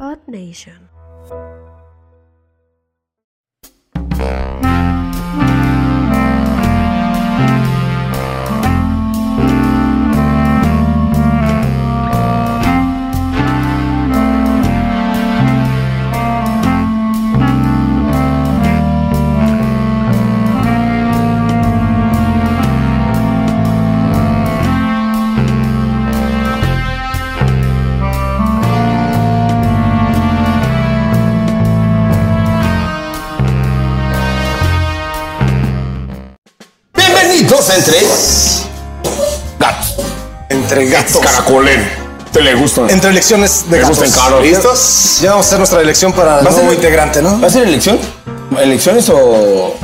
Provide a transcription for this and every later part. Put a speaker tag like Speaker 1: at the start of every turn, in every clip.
Speaker 1: Earth Nation.
Speaker 2: Bienvenidos entre gatos.
Speaker 3: Entre gatos.
Speaker 2: Caracolén. ¿Te le gustan?
Speaker 3: Entre elecciones de
Speaker 2: ¿Te
Speaker 3: gatos.
Speaker 2: gustan caros?
Speaker 3: ¿Listos? Ya vamos a hacer nuestra elección para el
Speaker 2: ¿Va a ser-
Speaker 3: nuevo integrante, ¿no?
Speaker 2: ¿Va a ser elección? ¿Elecciones o.?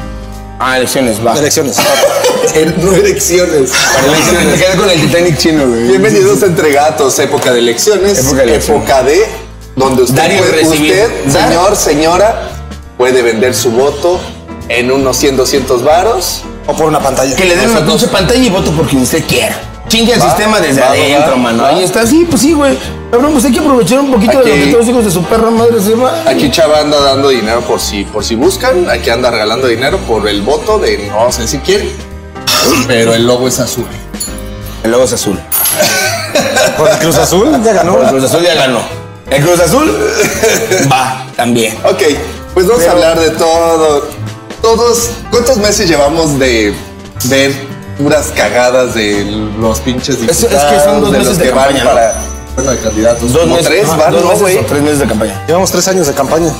Speaker 2: Ah, elecciones, va.
Speaker 3: Elecciones.
Speaker 4: No elecciones.
Speaker 2: Elecciones, me quedé con el Titanic chino, güey.
Speaker 4: Bienvenidos a Entre Gatos, época de elecciones.
Speaker 2: Época de elecciones.
Speaker 4: época de donde usted,
Speaker 2: Dar y
Speaker 4: puede-
Speaker 2: recibir.
Speaker 4: usted,
Speaker 2: Dar.
Speaker 4: señor, señora, puede vender su voto en unos 100, 200 varos.
Speaker 3: o por una pantalla.
Speaker 2: Que le den una
Speaker 4: Nosotros-
Speaker 2: pinche pantalla y voto por quien usted quiera. Chingue el
Speaker 4: Va,
Speaker 2: sistema desde
Speaker 4: va, va,
Speaker 2: adentro,
Speaker 4: va,
Speaker 2: mano.
Speaker 4: va.
Speaker 2: Ahí está, sí, pues sí, güey. Cabrón, pues hay que aprovechar un poquito de lo
Speaker 4: Aquí-
Speaker 2: que todos los hijos de su perra madre se va.
Speaker 4: Aquí Chava anda dando dinero por si, por si buscan. Aquí anda regalando dinero por el voto de no sé si quieren. Pero el logo es azul.
Speaker 2: El logo es azul.
Speaker 3: Por el Cruz Azul ya ganó.
Speaker 2: Por el Cruz Azul ya ganó. El Cruz Azul va también.
Speaker 4: Ok, pues vamos a hablar de todo. Todos, ¿cuántos meses llevamos de ver puras cagadas de los pinches
Speaker 2: es que son
Speaker 4: diputados,
Speaker 2: dos meses
Speaker 4: los
Speaker 2: de
Speaker 4: que van
Speaker 2: campaña, ¿no?
Speaker 4: para bueno, de candidatos?
Speaker 2: Dos
Speaker 4: Como
Speaker 2: meses,
Speaker 4: tres
Speaker 2: ajá,
Speaker 4: van,
Speaker 2: dos
Speaker 4: ¿no,
Speaker 2: meses
Speaker 4: güey?
Speaker 2: o tres meses de campaña.
Speaker 3: Llevamos tres años de campaña.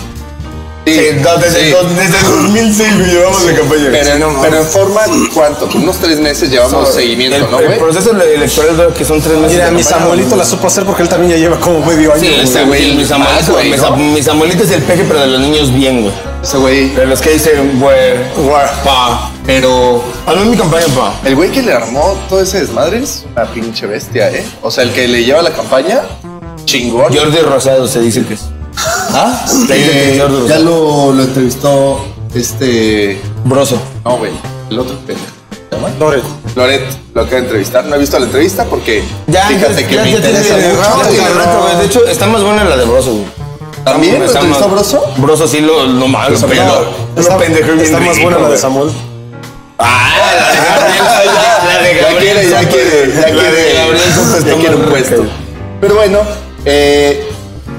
Speaker 4: Sí, sí.
Speaker 2: 2005 llevamos de campaña.
Speaker 4: Pero,
Speaker 2: Sí, no mames.
Speaker 4: pero en forma, ¿cuánto? Unos tres meses llevamos seguimiento,
Speaker 2: el,
Speaker 4: ¿no,
Speaker 2: el
Speaker 4: güey?
Speaker 2: proceso electoral dura que son tres meses.
Speaker 3: Mira,
Speaker 2: de
Speaker 3: mi
Speaker 2: campaña,
Speaker 3: Samuelito
Speaker 2: güey.
Speaker 3: la supo hacer porque él también ya lleva como medio año.
Speaker 2: Sí,
Speaker 3: güey.
Speaker 2: ese güey, mi Samuelito,
Speaker 4: Ah, güey,
Speaker 2: mi
Speaker 4: ¿no?
Speaker 2: Sam- mi Samuelito es el peje, pero de los niños bien, güey.
Speaker 4: Ese güey.
Speaker 2: De los que dicen, güey,
Speaker 4: Guau.
Speaker 2: pa.
Speaker 4: Pero
Speaker 2: A mí mi campaña, pa.
Speaker 4: el güey que le armó todo ese desmadre es una pinche bestia, ¿eh? O sea, el que le lleva la campaña, chingón.
Speaker 2: Jordi Rosado se dice que es. ¿Ah? Se dice que
Speaker 4: Eh,
Speaker 2: es Jordi
Speaker 4: ya
Speaker 2: Rosado.
Speaker 4: lo, lo entrevistó este.
Speaker 2: Broso.
Speaker 4: No, güey. El otro pendejo. ¿Cómo se llama?
Speaker 3: Lore.
Speaker 4: Loret, lo acaba de entrevistar. No he visto la entrevista porque.
Speaker 2: Ya,
Speaker 4: fíjate
Speaker 2: ya-
Speaker 4: que
Speaker 2: ya-
Speaker 4: me
Speaker 2: ya tiene-
Speaker 4: interesa
Speaker 2: ya
Speaker 4: mucho.
Speaker 2: tiene
Speaker 4: güey.
Speaker 2: rato, güey. De hecho, está más buena la de Broso, güey.
Speaker 4: ¿También lo
Speaker 2: Está
Speaker 4: entrevistó
Speaker 2: más-
Speaker 4: Broso?
Speaker 2: Broso sí lo, lo malo,
Speaker 4: Pues,
Speaker 2: pero.
Speaker 4: claro.
Speaker 2: lo
Speaker 3: Está,
Speaker 2: pendejó bien
Speaker 3: está más
Speaker 2: rico,
Speaker 3: buena la de
Speaker 2: güey.
Speaker 3: Samuel.
Speaker 2: Ah, la de Gabriel, la de
Speaker 4: Ya
Speaker 2: Gabriel
Speaker 4: quiere, ya
Speaker 2: Soto.
Speaker 4: quiere, ya
Speaker 2: La de
Speaker 4: quiere.
Speaker 2: Gabriel Soto está
Speaker 4: Ya quiere un
Speaker 2: más rica.
Speaker 4: puesto. Pero bueno, eh,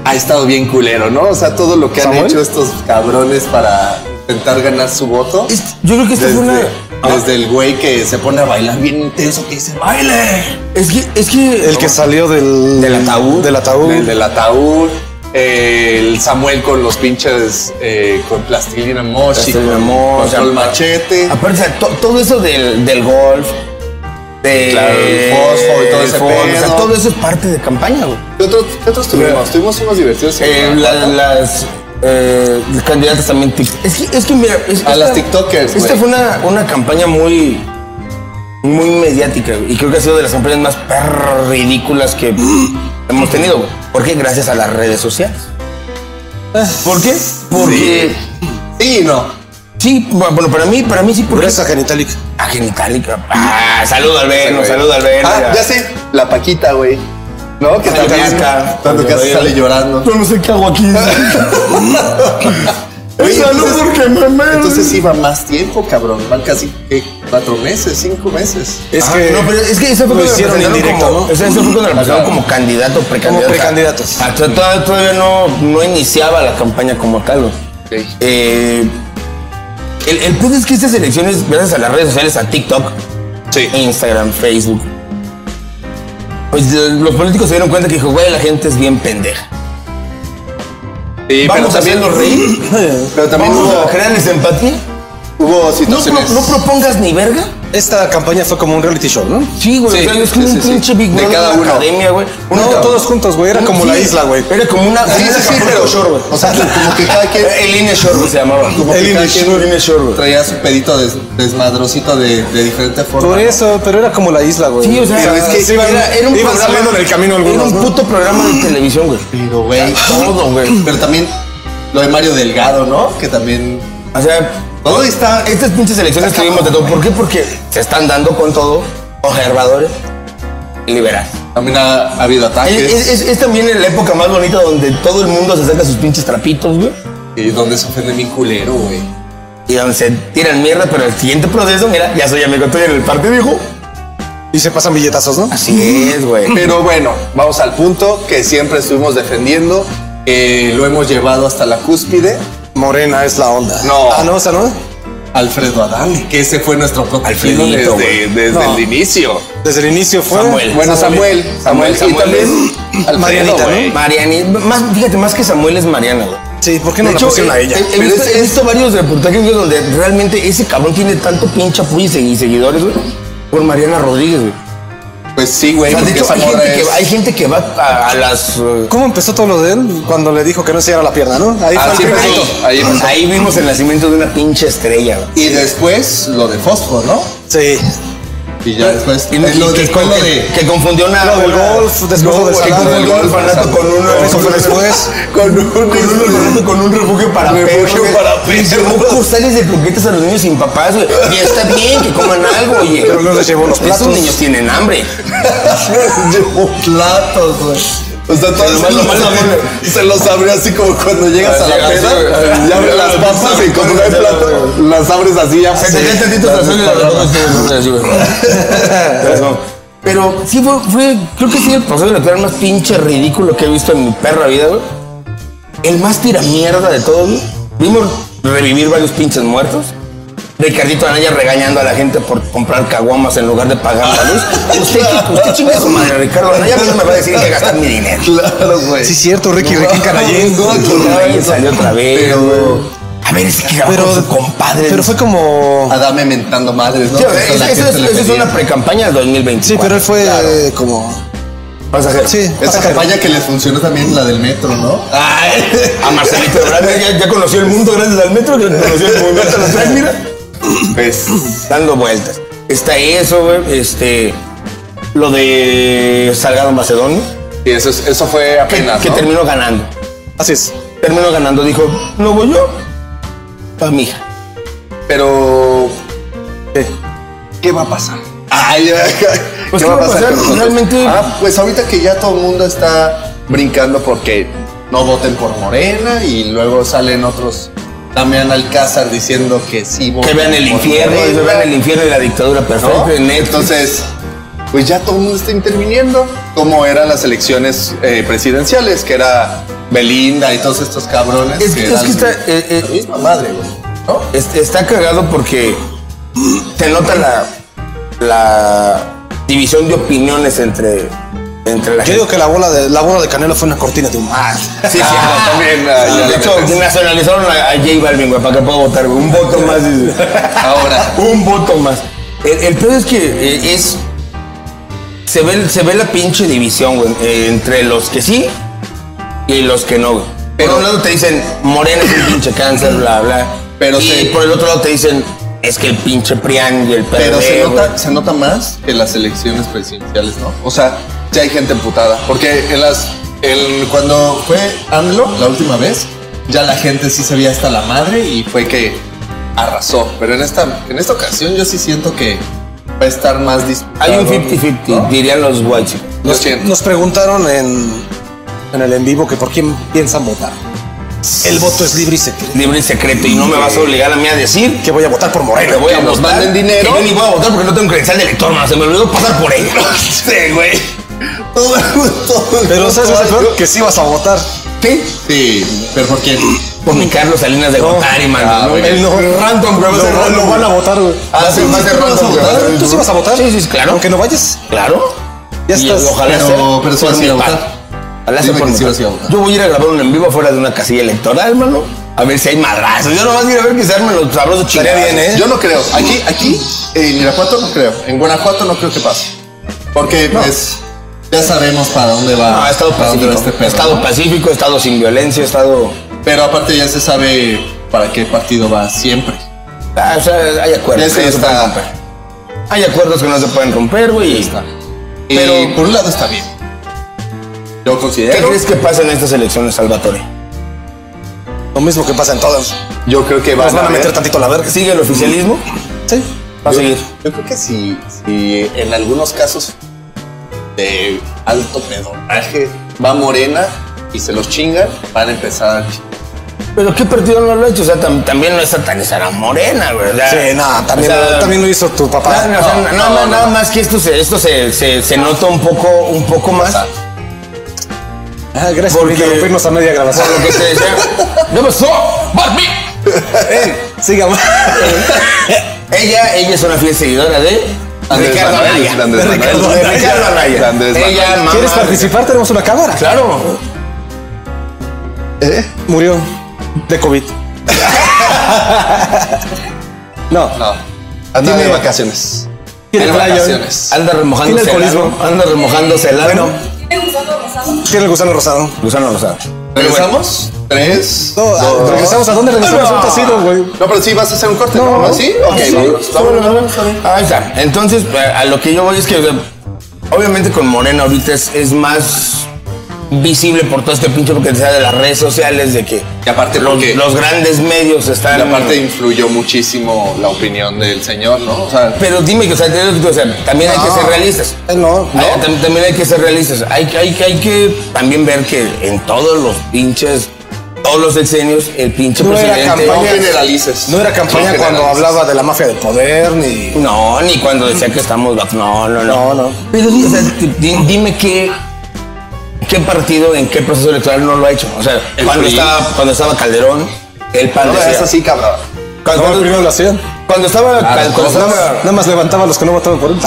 Speaker 4: ha estado bien culero, ¿no? O sea, todo lo que han
Speaker 3: ¿Samuel?
Speaker 4: hecho estos cabrones para intentar ganar su voto.
Speaker 2: Es- Yo creo que esta
Speaker 4: Desde,
Speaker 2: fue una.
Speaker 4: desde el güey que se pone a bailar bien intenso, que dice baile.
Speaker 2: Es que, es que.
Speaker 3: El que salió del,
Speaker 2: Del ataúd.
Speaker 3: Del ataúd.
Speaker 4: El del ataúd. El Samuel con los pinches eh, con plastilina mochi,
Speaker 2: Plastilina
Speaker 4: con,
Speaker 2: mochi,
Speaker 4: con el
Speaker 2: apa-
Speaker 4: machete.
Speaker 3: Ah,
Speaker 2: Aparte, o sea, to- todo eso del, del golf. De,
Speaker 4: Claro, eh, el fósforo y todo
Speaker 2: del
Speaker 4: ese
Speaker 2: fósforo, o sea,
Speaker 4: pedo.
Speaker 2: todo eso es parte de campaña, güey.
Speaker 4: ¿Qué otros, qué otros tuvimos? Tuvimos unos divertidos.
Speaker 2: Eh, la- las eh, candidatas también. tic- Es que, es que mira. es-
Speaker 4: A las tiktokers,
Speaker 2: Esta
Speaker 4: güey.
Speaker 2: fue una, una campaña muy. Muy mediática, güey, y creo que ha sido de las campañas más perro ridículas que hemos tenido, güey. ¿Por qué? Gracias a las redes sociales. ¿Por qué? Porque.
Speaker 4: Sí, y no.
Speaker 2: Sí, bueno, para mí, para mí sí, porque.
Speaker 3: Gruesa genitalica.
Speaker 2: A genitalica. Ah, saludo al Veno,
Speaker 4: güey.
Speaker 2: saludo al Veno.
Speaker 4: Ah, ya sé. La Paquita, güey. ¿No? Que
Speaker 2: La
Speaker 4: también.
Speaker 2: Paquita.
Speaker 4: Tanto que
Speaker 2: Oye,
Speaker 4: hace sale
Speaker 2: oye.
Speaker 4: llorando.
Speaker 2: Yo no sé qué hago aquí.
Speaker 4: Oye,
Speaker 2: Salud
Speaker 4: entonces-
Speaker 2: porque me meo.
Speaker 4: Entonces iba más tiempo, cabrón. Van casi ¿qué? cuatro meses, cinco meses.
Speaker 3: Es
Speaker 2: Ajá,
Speaker 3: que.
Speaker 2: Ah, no, pero es que eso fue
Speaker 3: lo
Speaker 2: cuando
Speaker 3: hicieron
Speaker 2: lo
Speaker 3: en
Speaker 2: presentaron
Speaker 3: directo,
Speaker 2: como,
Speaker 3: ¿no?
Speaker 2: Eso, eso fue cuando lo presentaron como candidato o precandidato.
Speaker 3: Como precandidatos.
Speaker 2: Ah, to- to- todavía no, no iniciaba la campaña como tal. güey. Eh, el, el punto es que estas elecciones, gracias a las redes sociales, a TikTok,
Speaker 4: Sí.
Speaker 2: Instagram, Facebook, pues eh, los políticos se dieron cuenta que dijo, güey, la gente es bien pendeja.
Speaker 4: Sí,
Speaker 2: Vamos a
Speaker 4: también-
Speaker 2: hacerlos reír.
Speaker 4: Pero también
Speaker 2: Vamos a
Speaker 4: hubo,
Speaker 2: crearles empatía.
Speaker 4: hubo
Speaker 2: No, pro-
Speaker 4: situaciones.
Speaker 2: no propongas ni verga.
Speaker 3: Esta campaña fue como un reality show, ¿no?
Speaker 2: Sí, güey.
Speaker 4: Sí,
Speaker 2: o sea, es como
Speaker 4: sí,
Speaker 2: un
Speaker 4: sí, sí.
Speaker 2: pinche Big
Speaker 4: De
Speaker 2: Brother
Speaker 4: cada
Speaker 2: de la
Speaker 4: uno.
Speaker 2: academia, güey.
Speaker 3: No,
Speaker 2: Uno-
Speaker 3: todos juntos, güey, era
Speaker 2: uno-
Speaker 3: como la isla, güey.
Speaker 2: Era como una.
Speaker 4: Sí, sí, sí, pero. O sea, como que cada quien.
Speaker 2: El Ine Shore, güey, se llamaba.
Speaker 4: Como que
Speaker 3: El
Speaker 4: cada
Speaker 3: Ine
Speaker 4: quien
Speaker 3: Shore, Ine Shore, güey.
Speaker 4: Traía su pedito des- desmadrosito de, de diferente forma.
Speaker 3: Por eso, pero era como la isla, güey.
Speaker 2: Sí, o sea,
Speaker 3: Pero es que
Speaker 2: sí, iban-
Speaker 3: era, era un
Speaker 2: iban
Speaker 3: programa-
Speaker 2: saliendo en el
Speaker 3: camino
Speaker 2: Era un puto programa de televisión, güey.
Speaker 4: Pero, güey.
Speaker 2: Todo, güey.
Speaker 4: Pero también lo de Mario Delgado, ¿no? Que también.
Speaker 2: O sea,
Speaker 4: Todo está.
Speaker 2: estas pinches elecciones tuvimos de todo. ¿Por qué? Porque se están dando con todo conservadores y liberales.
Speaker 4: También ha, ha habido
Speaker 2: Es,
Speaker 4: ataques
Speaker 2: es- es- es también la época más bonita donde todo el mundo se saca sus pinches trapitos, güey.
Speaker 4: y donde se ofende mi culero, güey.
Speaker 2: Y donde se tiran mierda, pero el siguiente proceso, mira, ya soy amigo tuyo en el partido, hijo.
Speaker 3: Y se pasan billetazos, ¿no?
Speaker 2: Así es, güey.
Speaker 4: Pero bueno, vamos al punto que siempre estuvimos defendiendo, que lo hemos llevado hasta la cúspide.
Speaker 3: Morena es la onda.
Speaker 4: No.
Speaker 3: Ah, no, o sea, ¿no?
Speaker 4: Alfredo Adame, que ese fue nuestro protegido
Speaker 2: Alfredito,
Speaker 4: desde,
Speaker 2: güey.
Speaker 4: desde
Speaker 3: No.
Speaker 4: el inicio.
Speaker 3: Desde el inicio fue.
Speaker 2: Samuel.
Speaker 4: Bueno, Samuel, Samuel,
Speaker 2: Samuel, Samuel
Speaker 4: y también Alfredo,
Speaker 3: Marianita,
Speaker 4: güey.
Speaker 3: ¿no?
Speaker 2: Mariana, y- más, fíjate, más que Samuel es Mariana, güey.
Speaker 3: Sí, ¿por qué no
Speaker 2: De
Speaker 3: la
Speaker 2: hecho,
Speaker 3: pusieron a
Speaker 2: he-
Speaker 3: ella?
Speaker 2: he- He,
Speaker 4: Pero
Speaker 2: visto,
Speaker 4: es-
Speaker 2: he visto varios reportajes güey, donde realmente ese cabrón tiene tanto pinche apoyo y segui- y seguidores, güey, por Mariana Rodríguez, güey.
Speaker 4: Pues sí, güey,
Speaker 2: O sea, de
Speaker 4: porque
Speaker 2: hecho,
Speaker 4: esa
Speaker 2: hay
Speaker 4: morra
Speaker 2: gente, que,
Speaker 4: es-
Speaker 2: va- hay gente que va a, a las... eh,
Speaker 3: ¿Cómo empezó todo lo de él? Cuando le dijo que no enseñara la pierna, ¿no? Ahí
Speaker 4: Ah,
Speaker 3: fue el
Speaker 4: sí,
Speaker 3: primer
Speaker 4: ahí.
Speaker 3: hito.
Speaker 4: empezó.
Speaker 2: ahí vimos el nacimiento de una pinche estrella, güey.
Speaker 4: Y después lo de Fosfo, ¿no?
Speaker 3: Sí.
Speaker 4: Y ya después.
Speaker 2: Y-
Speaker 4: es
Speaker 2: y
Speaker 4: lo,
Speaker 2: que,
Speaker 4: después lo
Speaker 2: que-
Speaker 4: de.
Speaker 2: que confundió una...
Speaker 3: Lo del
Speaker 2: una-
Speaker 3: golf, después lo del
Speaker 2: güey, que
Speaker 3: salario
Speaker 4: del
Speaker 2: confundió un
Speaker 4: golf,
Speaker 2: orfanato
Speaker 4: exacto.
Speaker 2: con un...
Speaker 3: Eso fue después.
Speaker 4: Con un.
Speaker 2: Con
Speaker 3: Pues,
Speaker 2: un orfanato, con un refugio para
Speaker 4: Refugio
Speaker 2: perros. güey.
Speaker 4: para
Speaker 2: Pinche
Speaker 4: perros.
Speaker 2: rucos, sales de croquetas a los niños sin papás, güey. Y está bien que coman algo, oye.
Speaker 3: Pero no les llevó los platos.
Speaker 2: Esos niños tienen hambre.
Speaker 4: Llevó platos, güey. O sea, todo
Speaker 2: Además,
Speaker 4: se,
Speaker 2: lo
Speaker 4: los
Speaker 2: más amable.
Speaker 4: abrió, se los abrió así como cuando llegas a la
Speaker 2: Así, así,
Speaker 4: peda,
Speaker 2: güey.
Speaker 4: ya abres las papas y cuando no hay plato, las abres así ya.
Speaker 2: este Se te caen tantitos las uñas, las rojas, ustedes, así, güey. Pero- Pero sí fue, fue- creo que sí el proceso electoral más pinche ridículo que he visto en mi perra vida, güey. El más tiramierda de todo, güey. Vimos revivir varios pinches muertos. Ricardito Anaya regañando a la gente por comprar caguamas en lugar de pagar la luz. Usted, qué- usted chinga su madre, Ricardo Anaya, a mí no me va a decir que gastar mi dinero.
Speaker 4: Claro, güey.
Speaker 3: Sí, cierto, Ricky, Ricky Canallén.
Speaker 4: No,
Speaker 2: Ay,
Speaker 4: claro.
Speaker 2: salió otra vez.
Speaker 4: Pero-
Speaker 2: A ver, es que grabó
Speaker 3: Pero-
Speaker 2: con su compadre.
Speaker 3: Pero fue como.
Speaker 4: Adame mentando madres, ¿no?
Speaker 2: Sí, o
Speaker 4: Eso
Speaker 2: sea,
Speaker 4: la
Speaker 2: eso-
Speaker 4: gente
Speaker 2: eso-
Speaker 4: le
Speaker 2: eso es
Speaker 4: pedía.
Speaker 2: una pre-campaña del 2020.
Speaker 3: Sí, pero él fue eh, como.
Speaker 2: Pasajero.
Speaker 3: Sí,
Speaker 4: Esa
Speaker 3: pasajero.
Speaker 4: campaña que les funcionó también la del metro, ¿no?
Speaker 2: Ay, a Marcelito Ebrard ya, ya conoció el mundo gracias al metro, que conoció el movimiento de los tres, mira.
Speaker 4: Pues.
Speaker 2: Dando vueltas. Está eso, güey. Este. Lo de Salgado Macedonio,
Speaker 4: Y eso, es- eso fue
Speaker 2: que,
Speaker 4: apenas.
Speaker 2: que
Speaker 4: ¿no?
Speaker 2: terminó ganando.
Speaker 3: Así es.
Speaker 2: Terminó ganando, dijo, no voy yo. Pa' mi hija.
Speaker 4: Pero.
Speaker 3: Sí.
Speaker 4: ¿Qué va a pasar? Ay,
Speaker 2: Pues, ¿qué va a pasar?
Speaker 4: con nosotros?
Speaker 2: Realmente-
Speaker 4: Ah, pues ahorita que ya todo el mundo está brincando porque no voten por Morena y luego salen otros. También Alcázar diciendo que sí voten
Speaker 2: Que vean el
Speaker 4: por
Speaker 2: infierno,
Speaker 4: Morena,
Speaker 2: que vean el infierno y la dictadura perfecta.
Speaker 4: ¿no?
Speaker 2: en Netflix.
Speaker 4: Entonces, pues ya todo el mundo está interviniendo. Como eran las elecciones eh, presidenciales, que era Belinda y todos estos cabrones.
Speaker 2: Es que- es
Speaker 4: eran
Speaker 2: que está, eh, eh,
Speaker 4: la misma madre, güey. ¿no?
Speaker 2: Es- está cagado porque se nota la, la división de opiniones entre, entre la
Speaker 3: Yo
Speaker 2: gente.
Speaker 3: digo que la bola de, la bola de Canelo fue una cortina de humo.
Speaker 2: Ah, sí, sí,
Speaker 4: Ah, también, ah, ya
Speaker 2: de
Speaker 4: la
Speaker 2: hecho,
Speaker 4: metes.
Speaker 2: nacionalizaron a, a J Balvin, güey, para que pueda votar, güey. Un voto más. dice.
Speaker 4: Ahora.
Speaker 2: Un voto más. El, el pedo es que eh, es. Se ve, se ve la pinche división, güey, eh, entre los que sí y los que no, güey.
Speaker 4: Pero-
Speaker 2: por un lado te dicen, Morena es un pinche cáncer, bla, bla.
Speaker 4: Pero
Speaker 2: y
Speaker 4: se-
Speaker 2: por el otro lado te dicen, es que el pinche Prián y el PRD,
Speaker 4: Pero se
Speaker 2: güey".
Speaker 4: nota, se nota más que las elecciones presidenciales, ¿no? O sea, ya hay gente emputada. Porque en las. el- cuando fue AMLO la última vez, ya la gente sí se veía hasta la madre y fue que arrasó. Pero en esta, en esta ocasión yo sí siento que va a estar más disputado.
Speaker 2: Hay un 50-50,
Speaker 4: ¿no?
Speaker 2: dirían los whites.
Speaker 4: Lo siento.
Speaker 3: Nos preguntaron en, en el en vivo que por quién piensan votar. El voto es libre y secreto.
Speaker 2: Libre y secreto, y no me vas a obligar a mí a decir
Speaker 3: Que voy a votar por
Speaker 2: Te
Speaker 3: Moreno.
Speaker 2: voy a
Speaker 4: Que nos
Speaker 2: votar.
Speaker 4: manden dinero.
Speaker 2: Y yo ni voy a votar porque no tengo credencial de elector, mano. Se me olvidó pasar por ella. sí, güey.
Speaker 4: Todo- todo-
Speaker 3: Pero ¿sabes qué es lo peor?
Speaker 4: Yo-
Speaker 3: Que sí vas a votar.
Speaker 2: ¿Qué?
Speaker 4: Sí, pero ¿por qué?
Speaker 2: Por mi Carlos Salinas de Gortari, mano.
Speaker 4: Ah,
Speaker 2: No,
Speaker 4: güey.
Speaker 2: él no. Random, güey. va a ser
Speaker 3: Lo, lo
Speaker 2: random.
Speaker 3: van a votar, güey.
Speaker 4: Ah, sí, va a ser
Speaker 3: ¿Tú vas a
Speaker 4: random,
Speaker 3: votar?
Speaker 4: güey.
Speaker 3: ¿Tú sí vas a votar?
Speaker 2: Sí, sí, claro.
Speaker 3: Aunque no vayas.
Speaker 2: Claro.
Speaker 3: Ya
Speaker 2: Y
Speaker 3: estás.
Speaker 2: Ojalá
Speaker 4: Pero-
Speaker 2: sea.
Speaker 4: pero sí
Speaker 2: por
Speaker 4: vas a ir
Speaker 2: mi
Speaker 4: a
Speaker 2: parte.
Speaker 4: votar.
Speaker 2: Ojalá sea
Speaker 4: Dime
Speaker 2: por
Speaker 4: que
Speaker 2: mi
Speaker 4: sí vas a
Speaker 2: parte.
Speaker 4: ir a votar.
Speaker 2: Yo voy a ir a grabar un en vivo fuera de una casilla electoral, mano. A ver si hay madrazos. Yo nomás voy a ir a ver que se armen los sabrosos chingados.
Speaker 3: bien, ¿eh?
Speaker 4: Yo no creo. Aquí, aquí, en Irapuato no creo. En Guanajuato no creo que pase. Porque pues, ya sabemos para dónde va.
Speaker 2: No, ha estado
Speaker 4: para dónde
Speaker 2: pacífico.
Speaker 4: va este perro,
Speaker 2: estado
Speaker 4: ¿no?
Speaker 2: pacífico, estado sin violencia, estado.
Speaker 4: Pero aparte ya se sabe para qué partido va siempre.
Speaker 2: Ah, o sea, hay acuerdos.
Speaker 4: Ese
Speaker 2: que no se
Speaker 4: está-
Speaker 2: pueden romper. Hay acuerdos que no se pueden romper, güey.
Speaker 4: Está. Pero
Speaker 2: Pero-
Speaker 4: por un lado está bien. Yo
Speaker 2: ¿Qué
Speaker 4: considero.
Speaker 2: crees que pasa en estas elecciones, Salvatore?
Speaker 3: Lo mismo que pasa en todas.
Speaker 4: Yo creo que
Speaker 3: Nos van a
Speaker 4: haber-
Speaker 3: meter tantito a la verga.
Speaker 2: ¿Sigue el oficialismo?
Speaker 3: Sí.
Speaker 2: Va a seguir.
Speaker 4: Yo creo que si, si en algunos casos de alto pedonaje, va morena y se los chingan, van a empezar.
Speaker 2: Pero qué partido no lo ha hecho. O sea, tam- también no está tan esa la morena, ¿verdad?
Speaker 3: Sí, no, también,
Speaker 2: O sea,
Speaker 3: también lo hizo tu papá.
Speaker 2: No, no, o sea,
Speaker 4: No,
Speaker 2: nada, más-
Speaker 4: no,
Speaker 2: nada
Speaker 4: no.
Speaker 2: más que esto se, esto se, se, se nota un poco, un poco más.
Speaker 3: Ah, gracias por
Speaker 2: Porque-
Speaker 3: interrumpirnos a media grabación.
Speaker 2: Por lo que se decía. ¡No pasó! ¡Barbie!
Speaker 3: Sigamos.
Speaker 2: Ella, ella es una fiel seguidora de Ricardo Anaya.
Speaker 4: Andrés
Speaker 2: De
Speaker 4: Manuel.
Speaker 2: Ricardo, de Ricardo
Speaker 4: De
Speaker 2: Anaya.
Speaker 4: Andrés
Speaker 2: ella,
Speaker 4: Manuel.
Speaker 2: mamá.
Speaker 3: ¿Quieres participar? Tenemos una cámara.
Speaker 2: Claro.
Speaker 4: ¿Eh?
Speaker 3: Murió de COVID. no,
Speaker 4: No. Anda de
Speaker 3: Dime.
Speaker 4: vacaciones.
Speaker 3: tiene
Speaker 4: En
Speaker 3: playa,
Speaker 4: vacaciones.
Speaker 2: Anda remojándose
Speaker 3: Tiene
Speaker 2: el
Speaker 3: alcoholismo.
Speaker 2: ano. Anda remojándose el ano.
Speaker 3: Bueno.
Speaker 1: Tiene gusano rosado.
Speaker 3: tiene el gusano rosado.
Speaker 2: Gusano rosado.
Speaker 4: ¿Regresamos? Tres.
Speaker 3: No, ah.
Speaker 4: dos.
Speaker 3: regresamos a dónde regresamos a un casino, güey.
Speaker 4: No, pero sí vas a hacer un corte, ¿no? ¿No? ¿Sí? Ok, vamos. vamos.
Speaker 2: Ahí está. Entonces, a a lo que yo voy es que, o sea, obviamente con Morena ahorita es, es más visible por todo este pinche porque sea de las redes sociales, de que
Speaker 4: Y aparte
Speaker 2: los,
Speaker 4: porque-
Speaker 2: los grandes medios
Speaker 4: Y
Speaker 2: están...
Speaker 4: aparte influyó muchísimo la opinión del señor, ¿no? O sea,
Speaker 2: Pero dime que, o sea, te- o sea, también hay que
Speaker 3: No.
Speaker 2: ser realistas.
Speaker 3: Eh, No, no.
Speaker 2: Hay- tam- también, hay que ser realistas. Hay, que- hay, que- hay que también ver que en todos los pinches, todos los exenios, el pinche
Speaker 3: No era
Speaker 2: presidente...
Speaker 4: no
Speaker 3: campaña.
Speaker 4: generalices.
Speaker 3: No era campaña
Speaker 4: No
Speaker 3: cuando
Speaker 4: generalices.
Speaker 3: hablaba de la mafia del poder ni.
Speaker 2: No, ni cuando decía que estamos vac- No, no,
Speaker 3: No,
Speaker 2: no.
Speaker 3: no.
Speaker 2: Pero o sea, di- dime qué, qué partido, en qué proceso electoral no lo ha hecho. O sea,
Speaker 4: El
Speaker 2: cuando
Speaker 4: PRI.
Speaker 2: estaba, cuando estaba Calderón, el PAN
Speaker 4: No me
Speaker 2: decía-
Speaker 4: hagas así, cabrón.
Speaker 2: Cuando,
Speaker 3: No, primero
Speaker 2: cuando,
Speaker 3: lo hacían.
Speaker 2: estaba,
Speaker 4: Ah,
Speaker 2: cuando
Speaker 4: entonces-
Speaker 2: estaba
Speaker 3: Nada más levantaba a los que Ah, no votaban por él.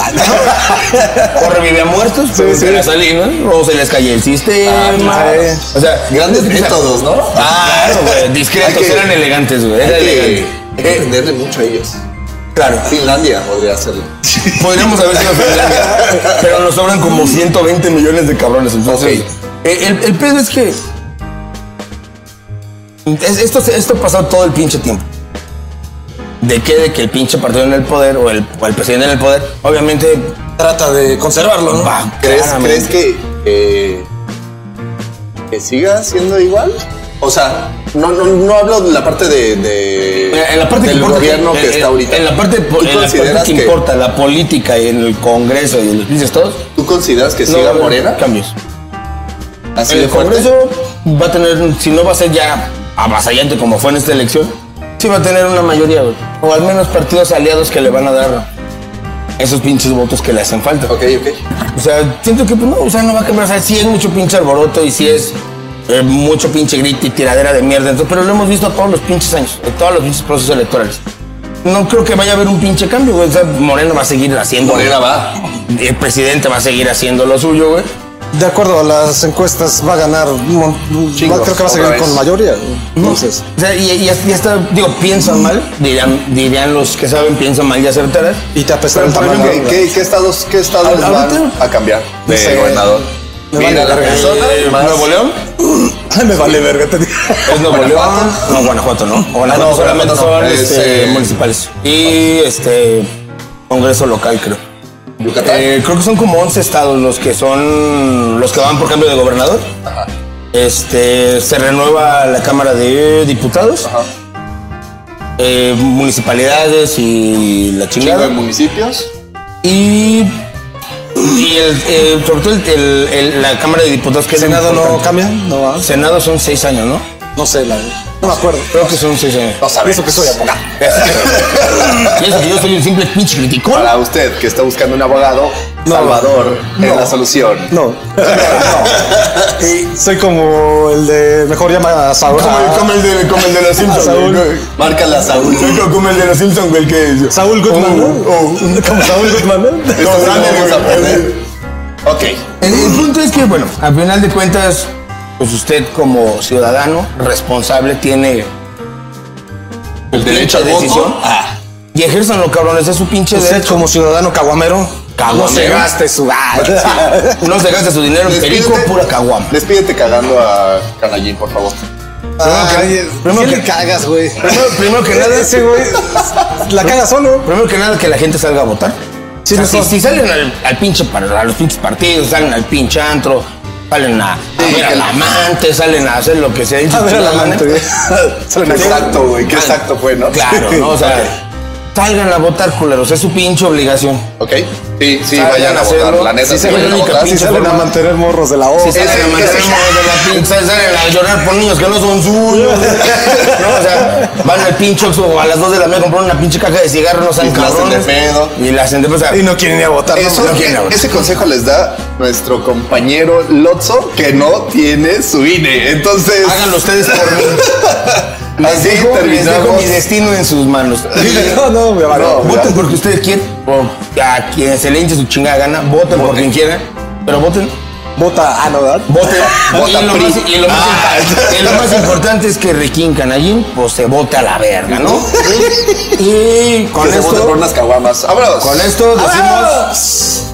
Speaker 2: o revivía muertos, pero
Speaker 3: sí.
Speaker 2: era Salinas, o se les caía el sistema.
Speaker 4: Ah, claro.
Speaker 2: O sea,
Speaker 4: Grandes
Speaker 2: o sea,
Speaker 4: métodos, ¿no?
Speaker 2: Claro, güey. Discretos,
Speaker 4: Hay que-
Speaker 2: eran elegantes, güey.
Speaker 4: Hay
Speaker 2: Era
Speaker 4: que,
Speaker 2: elegante. Eh,
Speaker 4: hay que entenderle mucho a ellos.
Speaker 2: Claro.
Speaker 4: Finlandia podría hacerlo.
Speaker 2: Podríamos haber sido Finlandia, pero nos sobran como 120 millones de cabrones. Entonces, Eh, el, el pedo es que es- esto, se- esto pasó todo el pinche tiempo. ¿De qué? De que el pinche partido en el poder o el, o el presidente en el poder, obviamente
Speaker 3: Trata de conservarlo, ¿no?
Speaker 2: va.
Speaker 4: ¿Crees,
Speaker 2: claramente.
Speaker 4: ¿crees que, eh, que siga siendo igual? O sea, no, no, no hablo de la parte de, de-
Speaker 2: Mira, en la parte
Speaker 4: del
Speaker 2: que importa,
Speaker 4: gobierno
Speaker 2: en-
Speaker 4: que
Speaker 2: en-
Speaker 4: está ahorita.
Speaker 2: En la parte, po-
Speaker 4: ¿Tú
Speaker 2: en la parte
Speaker 4: consideras
Speaker 2: que, importa, la política y en el Congreso y en los pinches estados.
Speaker 4: ¿Tú consideras que
Speaker 2: no eh, va a
Speaker 4: siga
Speaker 2: haber
Speaker 4: Morena?
Speaker 2: Cambios.
Speaker 4: Así de
Speaker 2: el
Speaker 4: fuerte.
Speaker 2: Congreso va a tener, si no va a ser ya avasallante como fue en esta elección, sí va a tener una mayoría, güey. O al menos partidos aliados que le van a dar esos pinches votos que le hacen falta.
Speaker 4: Ok, ok.
Speaker 2: O sea, siento que pues, no, o sea, no va a cambiar. O sea, sí es mucho pinche alboroto y sí es eh, mucho pinche grito y tiradera de mierda. Entonces, pero lo hemos visto todos los pinches años, en todos los pinches procesos electorales. No creo que vaya a haber un pinche cambio, güey. O sea, Moreno va a seguir haciendo.
Speaker 4: Morena va.
Speaker 2: El presidente va a seguir haciendo lo suyo, güey.
Speaker 3: De acuerdo a las encuestas, va a ganar. un mon-
Speaker 4: Chingos,
Speaker 3: va- creo que va a
Speaker 4: otra
Speaker 3: seguir
Speaker 4: vez.
Speaker 3: con mayoría. Entonces.
Speaker 2: O sea, y, y hasta- y hasta, digo, piensan mal, dirán, dirían los que saben, piensan mal y acertarás.
Speaker 3: Y te apestará
Speaker 4: Pero,
Speaker 3: el
Speaker 4: por
Speaker 3: tamaño.
Speaker 4: ejemplo, ¿qué, qué, qué estados, qué estados
Speaker 2: Ahorita-
Speaker 4: van a cambiar de
Speaker 3: No sé.
Speaker 4: gobernador?
Speaker 3: Me vale
Speaker 4: Mira, la
Speaker 3: verga.
Speaker 4: persona
Speaker 2: Eh,
Speaker 4: más-
Speaker 2: ¿Nuevo León?
Speaker 3: Me vale verga, te digo.
Speaker 2: Es Nuevo León.
Speaker 4: Guanajuato. Ah,
Speaker 2: No, Guanajuato, ¿no? Guanajuato
Speaker 4: no,
Speaker 2: solamente
Speaker 4: Guanajuato no.
Speaker 2: son
Speaker 4: Es,
Speaker 2: este,
Speaker 4: eh,
Speaker 2: municipales. Y este congreso local, creo.
Speaker 4: Yucatán.
Speaker 2: Eh, creo que son como 11 estados los que son los que van por cambio de gobernador.
Speaker 4: Ajá.
Speaker 2: Este se renueva la Cámara de Diputados,
Speaker 4: Ajá.
Speaker 2: eh, municipalidades y la
Speaker 4: Chingo de
Speaker 2: chingada.
Speaker 4: municipios.
Speaker 2: Y, y el, eh, sobre todo el- el- el- la Cámara de Diputados, que
Speaker 3: ¿El
Speaker 2: es lo
Speaker 3: Senado no
Speaker 2: importante.
Speaker 3: cambia? No va.
Speaker 2: Senado son seis años, ¿no?
Speaker 3: No sé, la No me acuerdo.
Speaker 2: Creo que son seis años.
Speaker 4: No sabemos.
Speaker 3: Eso que soy abogado.
Speaker 2: Y eso que yo soy un simple pinche criticón.
Speaker 4: Para usted que está buscando un abogado,
Speaker 3: No.
Speaker 4: Salvador es
Speaker 3: No.
Speaker 4: la solución.
Speaker 3: No. Soy como el de. Mejor llama a Saúl. a-
Speaker 2: el de, como el de los
Speaker 3: Simpson, güey.
Speaker 4: Marca la Saúl.
Speaker 2: como el de los Simpsons, güey, que...
Speaker 3: Saúl Goodman, ¿no? Como Saúl Goodman, ¿no?
Speaker 4: Esto sí lo vamos a
Speaker 3: ¿eh?
Speaker 4: poner. Ok.
Speaker 2: El, el punto es que, bueno, al final de cuentas, pues usted como ciudadano responsable tiene
Speaker 4: El derecho al
Speaker 2: de decisión.
Speaker 4: voto. Ah,
Speaker 2: y ejercen lo cabrones, es su pinche
Speaker 3: Usted
Speaker 2: derecho.
Speaker 3: eh, como ciudadano caguamero.
Speaker 2: Caguamero.
Speaker 3: Pues No se gaste su. Ah,
Speaker 2: No se gasta su dinero en perico,
Speaker 4: despídete-
Speaker 2: pura caguama.
Speaker 4: Despídete cagando a Canallín, por favor.
Speaker 3: Ay,
Speaker 2: primero
Speaker 3: ¿qué
Speaker 2: que-
Speaker 3: le cagas, güey?
Speaker 2: Primero, primero que nada,
Speaker 3: Ese güey la caga solo.
Speaker 2: primero que nada que la gente salga a votar.
Speaker 3: Sí,
Speaker 2: O sea,
Speaker 3: mejor.
Speaker 2: si, si salen al, al pinche par- a los pinches partidos, salen al pinche antro, salen a, a ver al amante, salen a hacer lo que sea.
Speaker 3: A ver al
Speaker 2: Chingada,
Speaker 3: amante.
Speaker 2: ¿no?
Speaker 3: güey. Sale en el-
Speaker 4: Exacto, güey. Qué
Speaker 2: Claro.
Speaker 4: exacto fue, ¿no?
Speaker 2: Claro, ¿no? O sea, Salgan a votar, culeros. Es su pinche obligación.
Speaker 4: Ok. Sí, sí,
Speaker 2: Salgan
Speaker 4: vayan
Speaker 2: a
Speaker 4: a votar.
Speaker 2: Ah, hacerlo.
Speaker 4: La neta,
Speaker 2: Sí,
Speaker 4: sí,
Speaker 2: se
Speaker 4: vayan a
Speaker 2: juega el
Speaker 4: votar.
Speaker 3: Si
Speaker 4: Sí,
Speaker 2: pinche
Speaker 3: salen a
Speaker 2: forma.
Speaker 3: mantener morros de la O.
Speaker 2: Si salen a
Speaker 4: ese-
Speaker 2: mandar
Speaker 4: ese-
Speaker 2: morros de la pinche, salen a llorar por niños que no son suyos. No, o sea, van al pinche Oxxo o a las 2 de la mañana a comprar una pinche caja de cigarros, no sean
Speaker 4: Y la hacen de
Speaker 2: cabrones.
Speaker 4: pedo.
Speaker 2: Y la hacen de pedo. o sea,
Speaker 3: Y no quieren ni a votar.
Speaker 4: Eso,
Speaker 3: ¿no?
Speaker 2: no quieren ahorita.
Speaker 4: ese consejo les da nuestro compañero Lotso, que no tiene su INE. Entonces,
Speaker 2: Háganlo ustedes por mí. Les
Speaker 4: así
Speaker 2: dejo, les dejo
Speaker 4: terminamos.
Speaker 2: mi destino en sus manos.
Speaker 3: No, no, me vale.
Speaker 4: No,
Speaker 2: Voten porque ustedes quieren, o a quien se le hinche su chingada gana, voten por quien quieran, pero voten,
Speaker 3: Vota ah, no, ¿verdad?
Speaker 2: voten.
Speaker 4: Vota
Speaker 2: y, lo
Speaker 4: PRI.
Speaker 2: más, y lo más
Speaker 4: Ah.
Speaker 2: impa- y lo más importante es que Requín Canallín, pues se vota a la verga, ¿no? y con
Speaker 4: Que se vote por
Speaker 2: esto,
Speaker 4: unas caguamas. Vámonos.
Speaker 2: con esto decimos
Speaker 3: ¡Vámonos!